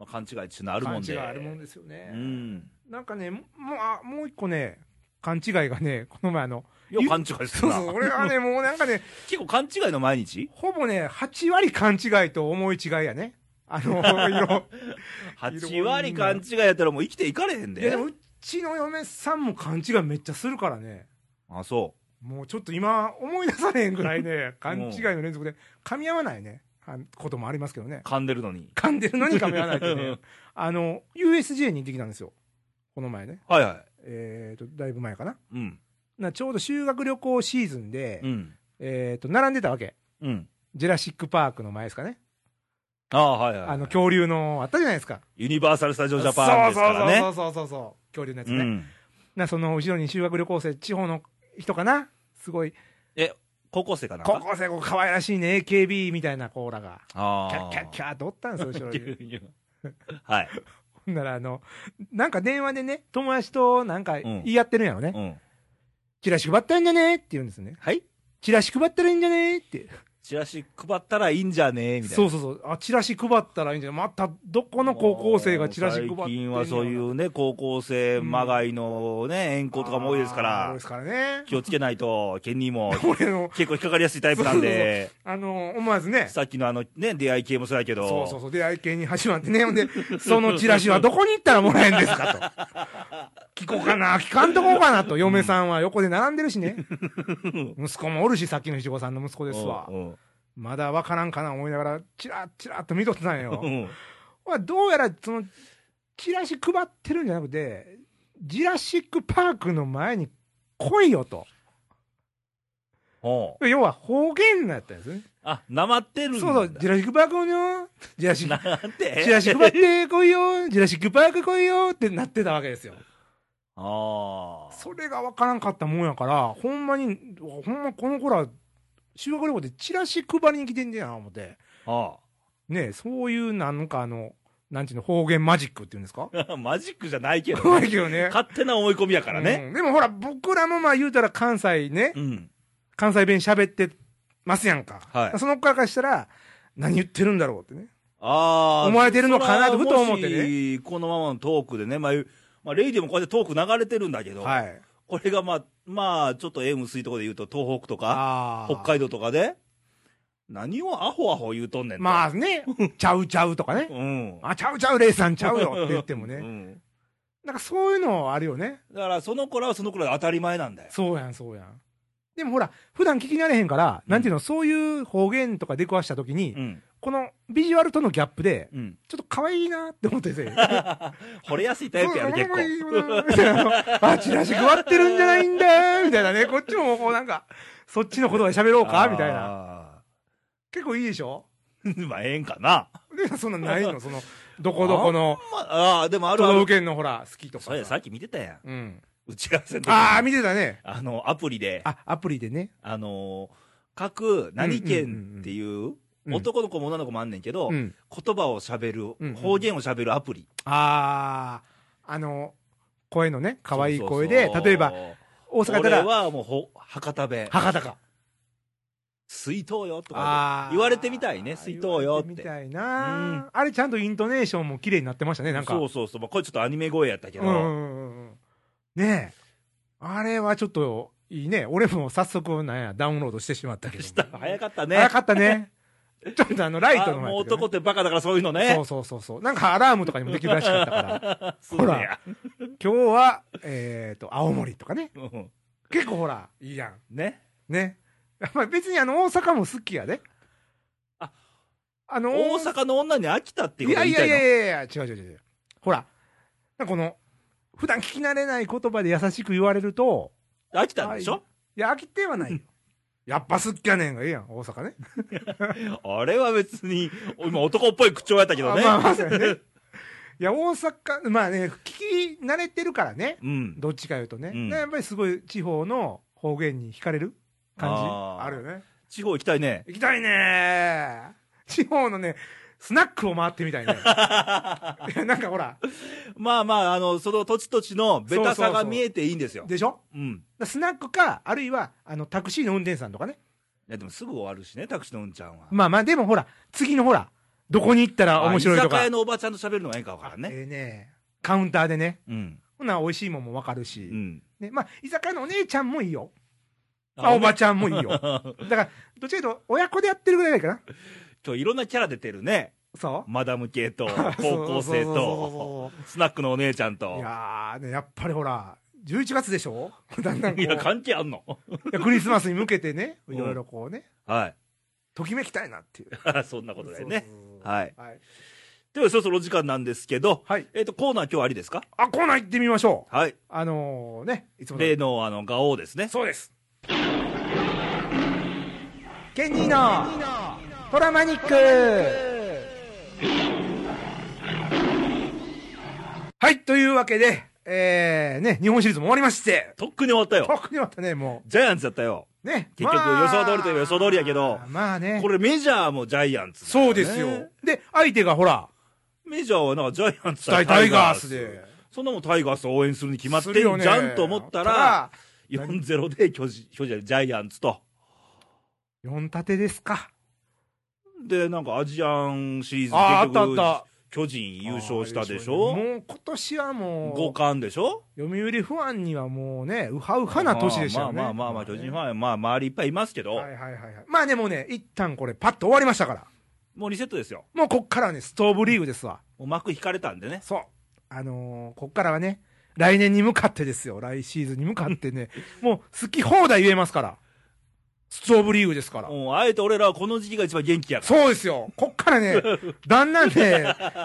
S1: あ、勘違いっていうのはあるもん
S2: 感
S1: で。
S2: じがあるもんですよね、
S1: うん。
S2: なんかね、ももう、あ、もう一個ね、勘違いがね、この前あの、
S1: いや、勘違いす
S2: そ
S1: る
S2: う
S1: な。
S2: そう、俺はね、もうなんかね、
S1: 結構勘違いの毎日
S2: ほぼね、8割勘違いと思い違いやね。あ の、色。
S1: ?8 割勘違いやったらもう生きていかれへん
S2: いや、で
S1: で。
S2: もうちの嫁さんも勘違いめっちゃするからね。
S1: あ、そ
S2: もうちょっと今、思い出されへんぐらいね、勘違いの連続で、噛み合わないね、あこともありますけどね
S1: う。。噛んでるのに。
S2: 噛んでるのに噛み合わない ってね。あの、USJ に行ってきたんですよ。この前ね。
S1: はいは
S2: えっ、と、だいぶ前かな。
S1: い。うん。
S2: なちょうど修学旅行シーズンで、
S1: うん。
S2: えっ、と、並んでたわけ。
S1: うん。
S2: ジェラシック・パークの前ですかね。
S1: ああ、はいはい。
S2: あの、恐竜の、あったじゃないですか。
S1: ユニバーサル・スタジオ・ジャパンですからね。
S2: そうそうそうそうそうそう。恐竜のやつね。
S1: うん
S2: な、その後ろに修学旅行生、地方の人かなすごい、
S1: 高校生かな
S2: 高校生、こう可愛らしいね、AKB みたいなコーラが、キ
S1: あ
S2: ャッキャッキャーとおったんですよ、後ろに。
S1: ャはい。
S2: ほんなら、あの、なんか電話でね、友達となんか
S1: ん
S2: 言い合ってるんやろね。
S1: うん。
S2: チラシ配ったらいいんじゃねって言うんですね。
S1: はい
S2: チラシ配ったらいいんじゃねって。
S1: チラシ配ったらいいんじゃねえみたいな。
S2: そうそうそう。あ、チラシ配ったらいいんじゃねまた、どこの高校生がチラシ配ってんやろ
S1: 最近はそうい、うね、高校生まがいのね、遠行とかも多いですか
S2: あー多い
S1: ら
S2: で、すからね。
S1: 気をつけないと、ケンニーも
S2: 俺の、
S1: 結構引っかかりやすいタイプなんで、
S2: あの、思わずね。
S1: さっきのあのね、出会い系もそうやけど、
S2: そうそうそう。で、愛犬に始まってね。ほんで、そのチラシはどこに行ったらもらえんですか と。聞こうかな、聞かんとこうかなと。嫁さんは横で並んでるしね。息子もおるし、さっきのいちごさんの息子ですわ
S1: う。ん
S2: まだわからんかな思いながら、チラッチラッと見とってたん
S1: う
S2: よ。
S1: ん
S2: ほらどうやら、その、チラシ配ってるんじゃなくて、ジュラシック・パークの前に来いよと。
S1: うん
S2: 要は方言だったんですね。
S1: あ、なまってるんだ。
S2: そうそう、ジュラシック・パークの、ジュラシック
S1: な、んて
S2: ジュラシック配ってこいよ、ジュラシックパーク来いよってなってたわけですよ。
S1: ああ。
S2: それが分からんかったもんやから、ほんまに、ほんまこの子ら、修学旅行でチラシ配りに来てんじゃな思って、
S1: あ
S2: ねえそういうなんかあの、なんちゅうの方言マジックっていうんですか
S1: あ マジックじゃないけどね、
S2: 怖いけどね。
S1: 勝手な思い込みやからね。
S2: うんでもほら、僕らもまあ言うたら関西ね、
S1: うん。
S2: 関西弁喋ってますやんか。
S1: はい
S2: その子からしたら、何言ってるんだろうってね。
S1: ああ。
S2: 思われてるのかなとふと思ってね
S1: それはもしこのままのトークでね、まあ、まあ、レイディもこうやってトーク流れてるんだけど、
S2: はい。
S1: これがまあ、まあ、ちょっと縁薄いところで言うと、東北とか、
S2: あ
S1: 北海道とかで、何をアホアホ言うとんねんと。
S2: ま
S1: あ、
S2: あね、ちゃうちゃうとかね。
S1: うん。
S2: あ、ちゃうちゃう、レイさんちゃうよって言っても
S1: う
S2: ね。
S1: ん
S2: なんかそういうのあるよね。
S1: だから、その子らはその子らで当たり前なんだよ。
S2: そうやん、そうやん。でもほら、普段聞き慣れへんから、
S1: うん
S2: なんていうの、そういう方言とか出くわしたときに、
S1: うん。
S2: このビジュアルとのギャップで、
S1: うん。
S2: ちょっと可愛いなって 思ってて。
S1: 惚れやすいタイプやる、結構。
S2: 構。あ、チラシ配ってるんじゃないんだみた いなね。こっちもこうなんか、そっちの言葉で喋ろうかみたいな。
S1: な。
S2: 結構いいでしょ
S1: まあ、ええんかな。
S2: で、そんなんな いのその、どこどこの
S1: まあ、あーでもある
S2: 都
S1: ある
S2: 道府。県のほら、好きとかさ。
S1: そうや、さっき見てたやん。
S2: うん。
S1: 打ち合わせの時に
S2: ああ、見てたね。
S1: あの、アプリで、あ、
S2: あ、アプリでね。
S1: のー各何県っていう、
S2: うん
S1: 男の子も女の子もあんねんけど、
S2: うん。
S1: 言葉を喋る、
S2: うんうん
S1: 方言を喋るアプリ。
S2: ああ、あの、声のね、可愛い声
S1: そ
S2: で
S1: うそう、そう
S2: 例えば、、大阪やった
S1: 俺
S2: ら、
S1: はもうほ、博多弁。
S2: 博多か。
S1: 水筒よとか
S2: あー
S1: 言われてみたいね水筒よって
S2: 言われてみたいな。あれちゃんとイントネーションも綺麗になってましたね、
S1: で。
S2: なんか。
S1: そうそうそう。まあ、これちょっとアニメ声やったけど、
S2: うんうんうんうん。ねえ。あれはちょっと、いいね。俺も早速、なんや、ダウンロードしてしまったけ ど。
S1: した早
S2: かっ
S1: かった
S2: た
S1: ね。
S2: 早かった ね。ちょっとあの、ライトの
S1: あ
S2: 前
S1: もう
S2: やったけどね
S1: 男ってバカだからそういうの
S2: そ
S1: ね
S2: う。そうそうそう。なんかアラームとかにもできるらしかったから。
S1: そうねや。
S2: 今日は、えっ、と、青森とかね。
S1: うん
S2: 結構ほら、いいやん。
S1: ね。
S2: ね。 やっぱり別にあの、大阪も好きやで。
S1: あ、
S2: あの、
S1: 大阪の女に飽きたっていう
S2: い
S1: こと
S2: や
S1: 言
S2: い
S1: いた
S2: や
S1: い
S2: い
S1: の
S2: やいやいや、違う違う違う違う。ほら、なんかこの、普段聞き慣れない言葉で優しく言われると、
S1: 飽きたんでしょ
S2: いや、飽きて はないよ。やっぱ好きやねんがいいやん、大阪ね。
S1: あれは別に、今男っぽい口調やったけどね。
S2: あまあまあそうやね。いや、大阪、まあね、聞き慣れてるからね。
S1: うん。
S2: どっちか言うとね。
S1: うん
S2: やっぱりすごい地方の方言に惹かれる感じ
S1: あー
S2: あるよね。
S1: 地方行きたいね。
S2: 行きたいね地方のね、スナックを回って みたいね。いやなんかほら、
S1: まあまあ、あの、その土地土地のベタさが見えていいんですよ。
S2: でしょ
S1: うん。
S2: スナックか、あるいは、あの、タクシーの運転手さんとかね。
S1: いや、でもすぐ終わるしね、タクシーのうんちゃんは。
S2: まあまあ、でもほら、次のほら、どこに行ったら面白いと
S1: あ居
S2: か。
S1: 酒屋のおばちゃんと喋るのがええかわからんね。
S2: ええねカウンターでね。
S1: うん。
S2: ほな、美味しいもんもわかる
S1: う
S2: し。
S1: ん。
S2: ね、まあ、居酒屋のお姉ちゃんもいいよ。あ、おばちゃんもいいよ。だ から、どっちかというと、親子でやってるぐらいだから。
S1: 今日いろんなキャラ出てるね。
S2: そう
S1: マダム系と、
S2: そう
S1: 高校生
S2: そうそうそう
S1: と、
S2: そう
S1: スナックのお姉ちゃん
S2: い
S1: と。
S2: やー、ね、やっぱりほら、11月でし ょだんだんこ
S1: いうや、関係あんの
S2: いやクリスマスに向けてね、
S1: うん
S2: いろいろこうね、
S1: はい。
S2: ときめきたいなっていう。
S1: そんなことだよ
S2: そう
S1: ね。
S2: そうそう
S1: はい。
S2: はい。
S1: では、そろそろお時間なんですけど、
S2: はい
S1: えっと、コーナー今日はありですか
S2: あ、コーナー行ってみましょう。
S1: はい。
S2: あのー、ね、いつもの
S1: 例の、あの、ガオですね。
S2: そうです。ケニーのトラマニックはい、というわけで、えー、ね、日本シリーズも終わりまして、
S1: とっくに終わったよ。
S2: 特にまたね、も
S1: ジャイアンツだったよ。
S2: う、ね。
S1: 結局
S2: まあ
S1: 予想通りといえば予想通りやけど
S2: まあね。
S1: これメジャーもジャイアンツだからね、
S2: そうですよ。で、相手がほら、
S1: メジャーはなんかジャイアンツ
S2: 対
S1: 対
S2: タイガースで。
S1: そんなもんタイガースを応援するに決まってん
S2: する
S1: じ
S2: よね
S1: ゃんと思ったら、4-0で巨人、巨人じゃないジャイアンツと。
S2: 4立てですか。
S1: で、なんかアジアンシリーズ
S2: ああ、
S1: 結
S2: ったあっ
S1: 局
S2: た。
S1: 巨人優勝したでし
S2: あー優勝
S1: ょ
S2: ねもう今年はもう
S1: 五、冠でしょ
S2: 読売ファンにはもうね、うはうはな年でしたよね。
S1: まあまあまあまあ、巨人フ
S2: ン。
S1: ァン、まあ周りいっぱいいますけど、
S2: はいはいはいはい。まあね、もうね、一旦これパッと終わりましたから。
S1: もうリセットですよ。
S2: もうこっからはね、ストーブリーグですわ。
S1: もう幕引かれたんでね。
S2: そう。あのーこっからはね、来年に向かってですよ。来シーズンに向かって ね、もう好き放題言えますから。ストーブリーグですから。
S1: もうあえて俺らはこの時期が一番元気やから。
S2: そうですよ。こっか らね、だんだんね、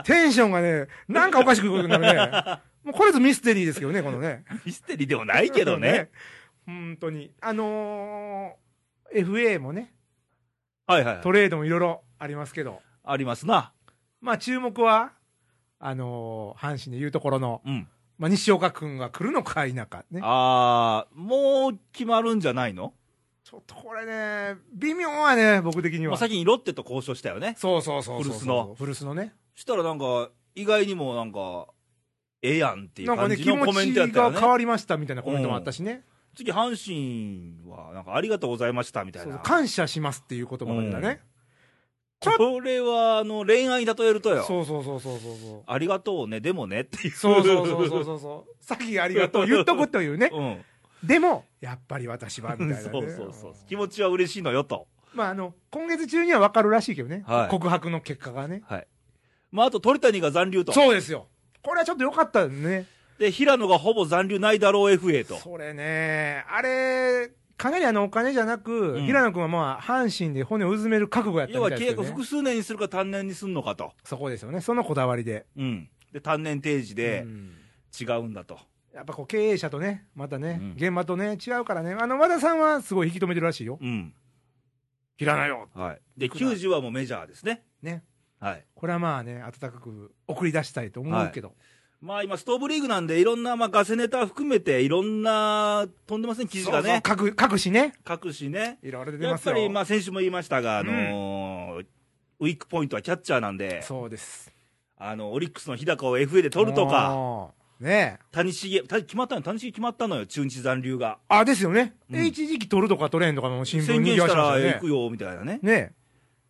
S2: テンションがね、なんかおかしくなるね。もうこれぞミステリーですけどね、このね。
S1: ミステリーでもないけどね。。
S2: 本当に。あのー FA もね、
S1: はいはい。
S2: トレードもいろいろありますけど、
S1: ありますな。
S2: まあ注目は、あのー阪神でいうところの、
S1: うん。
S2: まあ、西岡君が来るのか否かね。
S1: あー、もう決まるんじゃないの
S2: ちょっとこれね、微妙はね、僕的に
S1: ま
S2: は。
S1: あ先にロッテと交渉したよね。
S2: そうそうそうそう。
S1: 古巣の。
S2: 古巣のね。
S1: したらなんか、意外にもなんか、ええやんってい
S2: な
S1: うん
S2: か
S1: 感
S2: ね、
S1: じ
S2: 気
S1: のコ
S2: 持
S1: メン
S2: ち
S1: トやったよ
S2: が
S1: ね。
S2: 変わりましたみたいなコメントもあったしね。
S1: 次、阪神は、なんか、ありがとうございましたみたい
S2: そう
S1: な。
S2: 感謝しますっていう言葉だね。
S1: これは、あの、恋愛に例えるとよ。
S2: そうそうそうそうそうそう。
S1: ありがとうね、でもねっていう。
S2: そうそうそうそうそうそう。さっきありがとう言っとくというね。
S1: うん。
S2: でも、やっぱり私は、みたいな、ね。
S1: そうそうそう。気持ちは嬉しいのよと。
S2: まあ、あの、今月中には分かるらしいけどね。
S1: はい
S2: 告白の結果がね。
S1: はい。まあ、あと鳥谷が残留と。
S2: そうですよ。これはちょっと良かったね。
S1: で、平野がほぼ残留ないだろう FA と。
S2: それね、あれ、かなりあの、お金じゃなく、
S1: うん
S2: 平野君はまあ、阪神で骨をうずめる覚悟やった
S1: 要
S2: み
S1: は
S2: たい
S1: 契
S2: です
S1: 約
S2: よね
S1: 複。数年にするか単年にすんのかと。
S2: そこですよね。そのこだわりで。
S1: うん。で、単年定時で
S2: うん
S1: 違うんだと。
S2: やっぱこう、経営者とね、またね、
S1: うん
S2: 現場とね、違うからね。あの、和田さんはすごい引き止めてるらしいよ。
S1: うん。
S2: 平野よ。
S1: はい。で、
S2: くだ
S1: 90はもうメジャーですね。
S2: ね。
S1: はい。
S2: これはまあね、温かく送り出したいと思うけど。
S1: まあ今、ストーブリーグなんで、いろんな、まあ、ガセネタ含めて、いろんな、飛んでません、記事がね。
S2: そうそう書く、書くしね。
S1: 書くしね。
S2: いろいろ出て
S1: や
S2: ま
S1: っ
S2: す
S1: ぱ
S2: よ。
S1: り、まあ、先週も言いましたが、あのーウィークポイントはキャッチャーなんで、
S2: そうです。
S1: あの、オリックスの日高を FA で取るとか、
S2: か。ねえ。
S1: 谷繁、谷決まったの、谷繁決まったのよ、中日残留が。
S2: あ、ですよね。
S1: うん
S2: で一時期取るとか取れんとかの新聞
S1: 宣言
S2: に出
S1: し
S2: ま
S1: た
S2: よ
S1: ら
S2: ね
S1: 行くよ、みたいなね。
S2: ね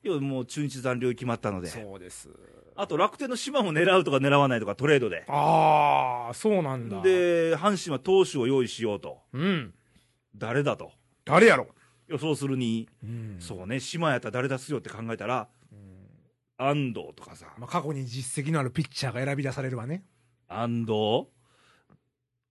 S1: 要はもう中日残留決まったの
S2: え。
S1: で。
S2: うです。
S1: あと楽天の島も狙うとか狙わないとかトレードで。
S2: ああ、そうなんだ。、
S1: で、阪神は投手を用意しようと。
S2: うん。
S1: 誰だと。
S2: 誰やろ。
S1: 予想するに、
S2: うん
S1: そうね、島やったら誰出すよって考えたら、
S2: うん。
S1: 安藤とかさ。
S2: まあ、過去に実績のあるピッチャーが選び出されるわね。
S1: 安藤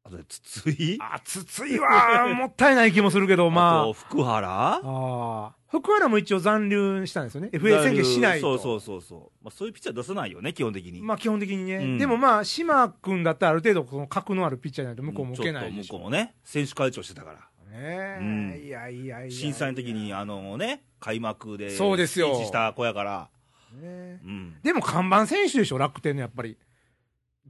S1: あとね、筒井
S2: あ、筒井は、 もったいない気もするけど、
S1: あ
S2: ま
S1: と、福原
S2: あ。ああ。福原も一応残留したんですよね。FA 宣言しない
S1: そう
S2: と。
S1: そうそうそう。まあ、そういうピッチャー出さないよね、基本的に。
S2: まあ基本的にね、
S1: うん
S2: でもまあ、島君だったらある程度、その格のあるピッチャーじゃないと
S1: あ
S2: 向こうも受けないで
S1: 向
S2: し
S1: こ
S2: ょ
S1: うもね、選手会長してたから。
S2: ねえ、
S1: うん
S2: いやいやいやいや
S1: 震災の時に、あのね、開幕で、
S2: そうですよ
S1: スピーチした子やから。
S2: ね
S1: うん。
S2: でも看板選手でしょ、楽天のやっぱり、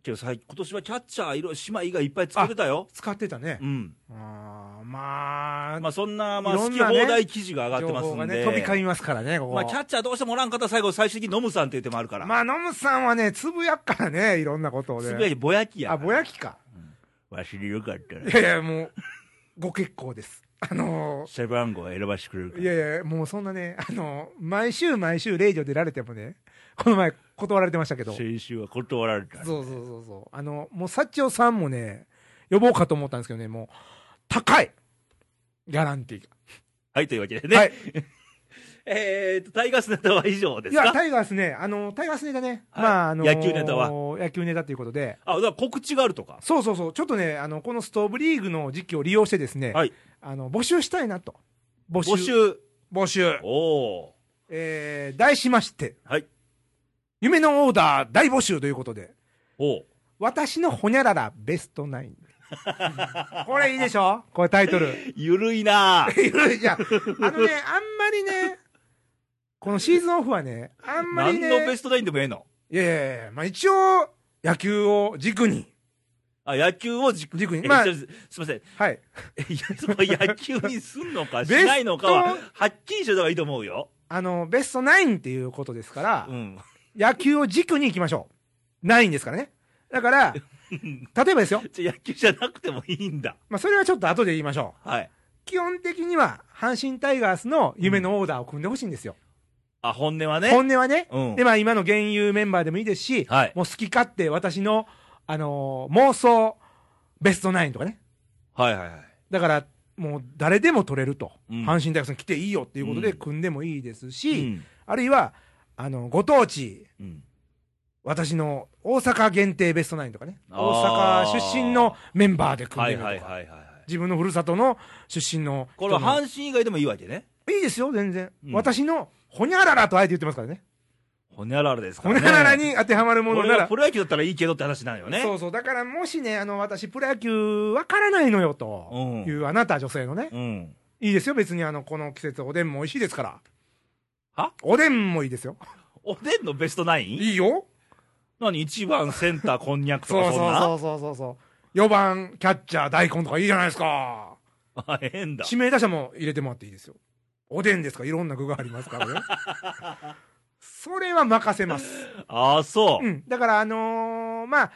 S1: けど最近今年はキャッチャーいろ島以外いっぱい作れたよ。
S2: 使ってたね
S1: う、ん。
S2: あーまあ、
S1: まあそんな、まあ
S2: いろ
S1: 好
S2: ん
S1: き
S2: なね
S1: 放題記事が上がって
S2: 情
S1: ます
S2: 報
S1: ん
S2: が
S1: で。
S2: ね、飛び交いますからね、ここ、
S1: まあキャッチャーどうしてもおらん方は最後最終的にノムさんっていう手もあるから。
S2: まあ、ノムさんはね、つぶやくからね、いろんなことをね、
S1: すべてぼやきや。
S2: あぼやきか、
S1: わしでよかったら
S2: いやいや、もう、ご結構です、あの
S1: 背番号選ばしてくれるか
S2: ー
S1: ら
S2: いやいや、もうそんなね、あのー毎週毎週、レイジオ出られてもね、この前、断られてましたけど。
S1: 先週は断られた。
S2: そうそうそうそう。あの、もう、サッチオさんもね、呼ぼうかと思ったんですけどね、もう、高いギャランティー
S1: はい、というわけで
S2: が。
S1: ね。
S2: はい。
S1: えーと、タイガースネタは以上で
S2: い
S1: すか
S2: や、タイガースね、あの、タイガースネタね、
S1: はい
S2: まあ、あの
S1: 野球ネタは
S2: 野球ネタということで、
S1: あ、だから告知があるとか。
S2: そうそうそう、ちょっとね、あの、このストーブリーグの時期を利用してですね、
S1: はい
S2: あの、募集したいなと。募
S1: 募
S2: 集。
S1: 集。
S2: 募集。
S1: おー。
S2: えー、題しまして、
S1: はい。
S2: 夢のオーダー大募集ということで、
S1: おう。
S2: 私のほにゃららベス トナイン。これいいでしょこれタイトル。
S1: ゆるいなぁ。
S2: いやいや、あのね、あんまりね、このシーズンオフはね、あん まり
S1: 何
S2: ね、
S1: のベストナインでもええの
S2: いやいやいや、まあ一応、野球を軸に、
S1: あ、野球を軸
S2: 軸に、
S1: え
S2: まあ
S1: ちょ、すすいません。
S2: はい。
S1: いやそこ野球にすんのかし
S2: ベスト
S1: ないのかは、はっきりしといた方がいいと思うよ。
S2: あの、ベストナインっていうことですから、
S1: うん。
S2: 野球を軸に行きましょう。ないんですからね。だから、例えばですよ。
S1: じゃあ野球じゃなくてもいいんだ。
S2: まあ、それはちょっと後で言いましょう。
S1: はい。
S2: 基本的には、阪神タイガースの夢のオーダーを組んでほしいんですよ。
S1: あ、本音はね。
S2: 本音はね。
S1: うん
S2: で、まあ、今の現有メンバーでもいいですし、
S1: はい。
S2: もう好き勝手私の、あのー妄想、ベストナインとかね。
S1: はいはいはい。
S2: だから、もう誰でも取れると。
S1: うん
S2: 阪神大学さん来ていいよっていうことで
S1: うん
S2: 組んでもいいです
S1: う
S2: し、
S1: ん。
S2: あるいは、あの、ご当地、
S1: うん。
S2: 私の大阪限定ベストナインとかね。大
S1: あー
S2: 阪出身のメンバーで組ん
S1: は
S2: で
S1: い
S2: るとか。
S1: はいはいはいはい。
S2: 自分のふるさとの出身の
S1: これは
S2: 人の
S1: 阪神以外でもいいわけね。
S2: いいですよ、全然。
S1: うん
S2: 私の、ほにゃららとあえて言ってますからね。
S1: ほにゃららですか
S2: ほ
S1: ら
S2: に
S1: ね。
S2: ゃららに当てはまるも
S1: こ
S2: の
S1: れ
S2: な
S1: が
S2: ら
S1: プ。ロ野球だったらいいけどって話なのよね。
S2: そうそう。だから、もしね、あの、私、プロ野球わからないのよ、と
S1: うん
S2: いうあなた、女性のね。
S1: うん。
S2: いいですよ、別に、あの、この季節、おでんも美味しいですから。
S1: は
S2: おでんもいいですよ。
S1: おでんのベストナイン
S2: いいよ。
S1: 何一番センターこんにゃくと
S2: そ
S1: か
S2: う
S1: そんな
S2: そうそうそうそう。4番、キャッチャー、大根とかいいじゃないですか。
S1: あ変だ。
S2: 指名打者も入れてもらっていいですよ。おでんですから、いろんな具がありますから ね。それは任せます。
S1: ああ、そう。
S2: うん、だから、あのーまあ、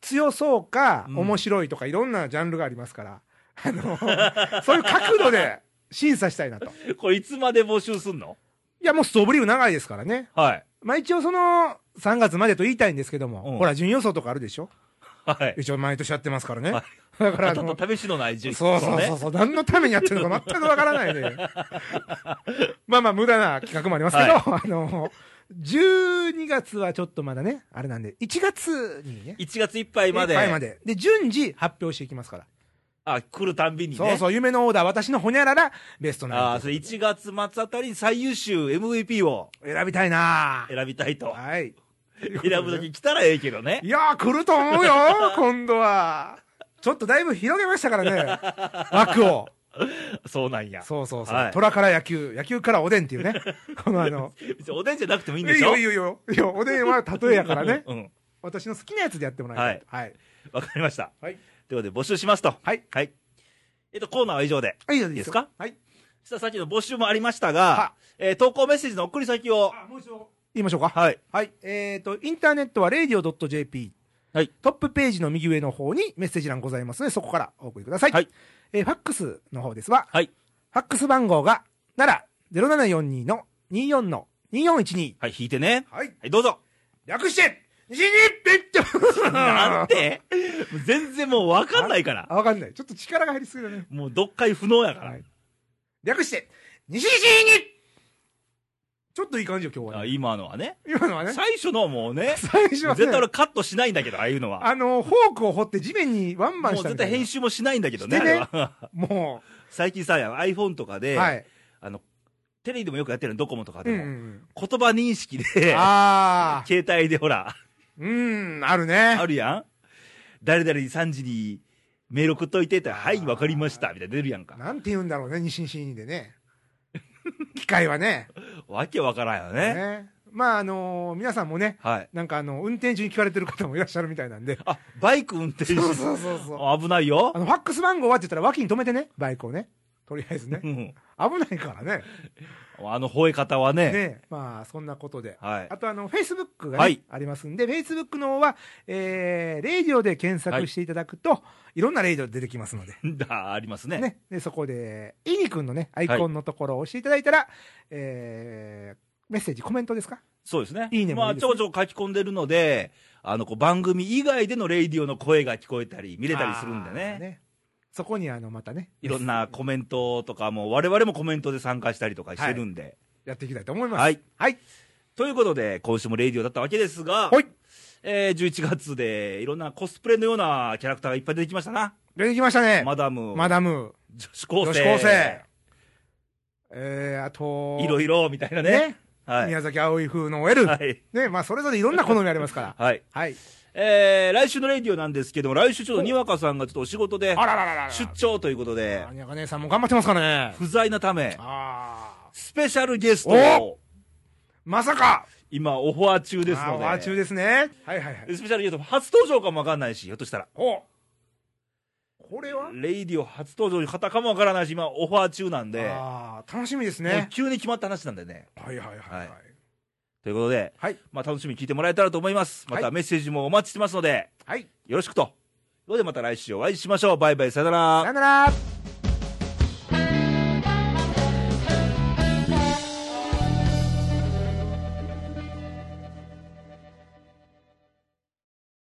S2: 強そうか、
S1: うん
S2: 面白いとか、いろんなジャンルがありますから、 あのーそういう角度で審査したいなと。
S1: これいつまで募集すんの
S2: いや、もうストーブリーグ長いですからね。
S1: はい。
S2: まあ、一応その、3月までと言いたいんですけども、
S1: うん
S2: ほら、準予想とかあるでしょ
S1: はい。
S2: 一応毎年やってますからね。
S1: はい
S2: だから、あ
S1: ちょ
S2: の
S1: っ、と試しのない順位
S2: そうそうそ
S1: ね
S2: うそう、何のためにやってるのか全くわからな いね。まあまあ、無駄な企画もありますけど、あのー12月はちょっとまだね、あれなんで、1月にね、
S1: 1月いっぱいまで。
S2: いっぱいまで。で、順次発表していきますから。
S1: あ、来るたんびにね。
S2: そうそう、夢のオーダー、私のほにゃらら、ベスト
S1: あ
S2: ナ
S1: あ、それ1月末あたりに最優秀 MVP を
S2: イン。選びたいな
S1: 選びたいと。
S2: はい。
S1: 選ぶとき来たらええけどね
S2: い。やー、来ると 思うよ、今度は。ちょっとだいぶ広げましたから ね、枠を。
S1: そうなんや。
S2: そうそうそう。
S1: はい
S2: 虎から野球、野球からおでんって いうね。このあの、
S1: 別におでんじゃなくてもいい
S2: い
S1: ん
S2: い
S1: でしょ。
S2: よいいよいいよ。いや、おでんは例えやからね
S1: うん。
S2: 私の好きなやつでやってもらいたい。はい。
S1: わかりました。
S2: はい。
S1: ということで募集しますと。
S2: はい。
S1: はい。えっと、コーナーは以上で。
S2: はい、いいよ
S1: いですか
S2: はい。
S1: そしたらさっきの募集もありました
S2: は
S1: が、えー投稿メッセージの送り先を。
S2: あ、もう一度。言いましょうか。
S1: はい。
S2: はい。えっ、と、インターネットは radio.jp。
S1: はい
S2: トップページの右上の方にメッセージ欄ございますので、そこからお送りください。
S1: はい
S2: えーファックスの方ですは、
S1: はい。
S2: ファックス番号が、なら、0742の24の2412。
S1: はい、引いてね。
S2: はい。
S1: はい、どうぞ。
S2: 略して、西日本
S1: なんてもう全然もうわかんないから。
S2: あ、わかんない。ちょっと力が入りすぎだね。
S1: もう読解不能やから。
S2: はい。略して、西日本ちょっといい感じよ、今日は
S1: あ
S2: ね、
S1: 今のはね。
S2: 今のはね。
S1: 最初のはもうね。
S2: 最初はね
S1: 絶対俺カットしないんだけど、ああいうのは。
S2: あの、フォークを掘って地面にワンバン
S1: もう
S2: したみ
S1: 絶
S2: た
S1: 対
S2: いな
S1: 編集もしないんだけどね、
S2: してね
S1: あれは
S2: も
S1: 最近さ、iPhone とか
S2: う、
S1: で、
S2: はい。
S1: あの、テレビでもよくやってるの、ドコモとか
S2: う
S1: で
S2: ん
S1: も、
S2: うん
S1: 言葉認識
S2: うん。
S1: で、
S2: ああ。
S1: 携帯でほら、
S2: うん、あるね
S1: あ。るやん誰々に3時にメール送っといてって、はい、わかりました、みたいな出るやんか。
S2: なんて言うんだろうね、日清シーンでね。機械はね。
S1: わけわからんよね。
S2: ねまあ、あのー皆さんもね、
S1: はい。
S2: なんかあの、運転中に聞かれてる方もいらっしゃるみたいなんで。
S1: あ、バイク運転手。
S2: そうそうそうそう。
S1: 危ないよ
S2: あ。の、ファックス番号はって言ったら脇に止めてね、バイクをね。とりあえずね
S1: う。ん。
S2: 危ないからね。
S1: あの吠え方はね。
S2: ねまあ、そんなことで。
S1: はい。
S2: あとあの、フェイスブックが、ね
S1: はい
S2: ありますんで、フェイスブックの方は、えー、レイディオで検索していただくと、い、ろんなレイディオ出てきますので、
S1: だ、ありますね。
S2: ね、でそこで、イニ君のね、アイコンのところを押していただいたら、えー、メッセージ、コメントですか
S1: そうですね。
S2: いいねも
S1: ま
S2: いい
S1: あ、
S2: で
S1: ち
S2: すね
S1: ょこちょこ書き込んでるので、あの、こう、番組以外でのレイディオの声が聞こえたり、見れたりするんで
S2: あー
S1: ね。
S2: そこに、あの、またね、
S1: いろんなコメントとかも、我々もコメントで参加したりとかしてるんで。
S2: やっていきたいと思います。
S1: はい。
S2: はい。
S1: ということで、今週もレイディオだったわけですが、
S2: ほい。
S1: えー、11月でいろんなコスプレのようなキャラクターがいっぱい出てきましたな。
S2: 出てきましたね。
S1: マダム、
S2: マダム。
S1: 女子高生、
S2: 女子高生。えー、あと、
S1: いろいろみたいなね。
S2: ね、
S1: はい。
S2: 宮崎葵風の OL。
S1: はい。
S2: ね、まあ、それぞれいろんな好みありますから。
S1: はい。
S2: はい。
S1: えー、来週のレイディオなんですけども、来週ちょっとにわかさんがちょっとお仕事で
S2: あららららら。
S1: 出張ということで
S2: あ、にやか姉さんも頑張ってますからね。
S1: 不在なため、
S2: ああ。
S1: スペシャルゲストを
S2: まさか
S1: 今オファー中ですの
S2: あー中
S1: で、
S2: ですね。はいはいはい。
S1: スペシャルゲストも初登場かもわかんないし、ひょっとしたら、
S2: おこれは
S1: レイディオ初登場の方かもわからないし、今オファー中なんで、
S2: ああ、楽しみです
S1: もう
S2: ね。
S1: 急に決まった話なんでね、
S2: はいはいはい。は
S1: はいいということで、
S2: はい。
S1: まあ、楽しみに聞いてもらえたらと思います。ま
S2: は
S1: た
S2: い
S1: メッセージもお待ちしてますので、
S2: はい。
S1: よろしくと。ということでまた来週お会いしましょう。バイバイ、さよなら
S2: さよ。なら